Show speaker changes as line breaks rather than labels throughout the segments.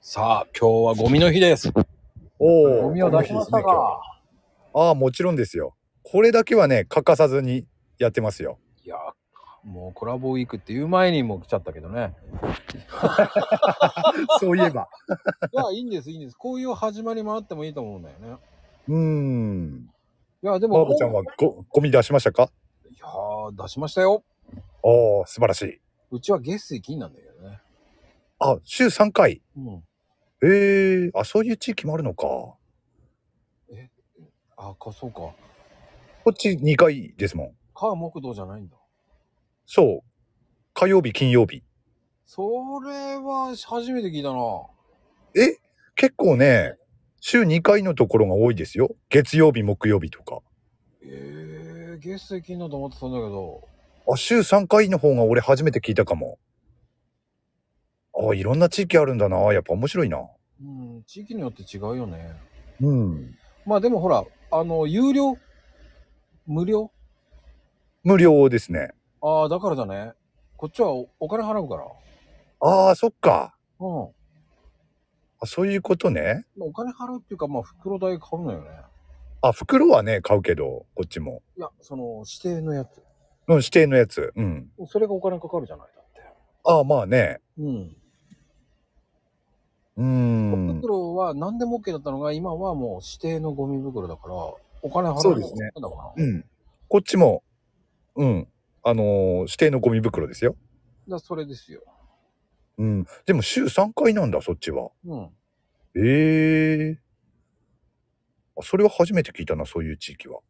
さあ、今日はゴミの日です。
おお。
ゴミを出しました
今日
か
ああ、もちろんですよ。これだけはね、欠かさずにやってますよ。
いや、もうコラボウィークっていう前にもう来ちゃったけどね。
そういえば。
いや、いいんです、いいんです。こういう始まりもあってもいいと思うんだよね。
うーん。
いや、で
ま
も、
ーこちゃんはごゴミ出しましたか
いやー出しましたよ。
おお、素晴らしい。
うちは月水金なんだけどね。
あ、週3回。
うん。
ええあ、そういう地域もあるのか。こ
あ、か、そうか。
っち2回ですもん。
火木道じゃないんだ。
そう。火曜日、金曜日。
それは初めて聞いたな。
え結構ね、週2回のところが多いですよ。月曜日、木曜日とか。
えー、月水金だと思ってたんだけど。
あ、週3回の方が俺初めて聞いたかも。ああ、いろんな地域あるんだな。やっぱ面白いな。
うん、地域によって違うよね。
うん。
まあでもほら、あの、有料無料
無料ですね。
ああ、だからだね。こっちはおお金払うから。
ああ、そっか。
うん。
あそういうことね。
お金払うっていうか、まあ、袋代買うのよね。
あ、袋はね、買うけど、こっちも。
いや、その、指定のやつ。
うん、指定のやつ。うん。
それがお金かかるじゃない、だって。
ああ、まあね。
うん。
うーん。
袋は何でも OK だったのが、今はもう指定のゴミ袋だから、お金払う
そうですね
なんだから。
う
だか
ん。こっちも、うん。あのー指定のゴミ袋ですよ。
らそれですよ。
うん。でも週3回なんだ、そっちは。
うん。
ええあそれは初めて聞いたな、そういう地域は。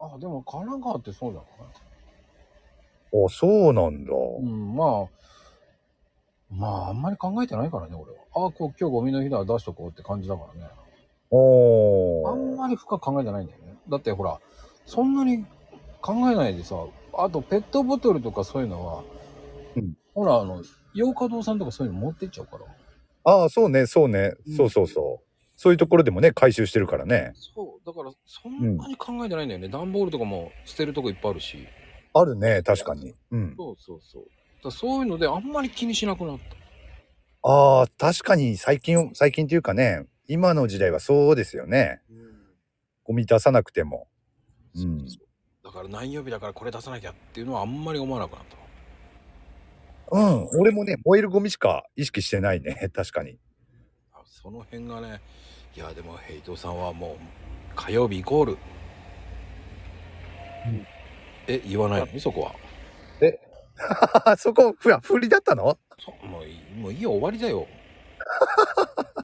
あ、でも神奈川ってそうじゃな
あ、そうなんだ。
いうん、まあ、まあ、あんまり考えてないからね、俺は。あ、こう今日ゴミの日だ、出しとこうって感じだからね。
お
あんまり深く考えてないんだよね。だってほら、そんなに考えないでさ、あとペットボトルとかそういうのは、
うん
ほら、あの、洋華堂さんとかそういうの持ってっちゃうから。
ああ、そうね、そうね、
うん
そうそうそう。そういうところでもね、回収してるからね。
そう、だからそんなに考えてないんだよね。段、ボールとかも捨てるとこいっぱいあるし。
あるね、確かに。うん。
そうそうそう。だからそういうのであんまり気にしなくなった。
ああ、確かに最近、最近っていうかね、今の時代はそうですよね。ゴミ出さなくても。うん
そうそうだから何曜日だからこれ出さなきゃっていうのはあんまり思わなくなった。
うん、俺もね、燃えるゴミしか意識してないね、確かに。
あその辺がね、いやでもヘイトさんはもう火曜日イコール。
うん
え、言わないのそこは。
あそこ、ふら、不利だったの
そもういいもういいよ、終わりだよ。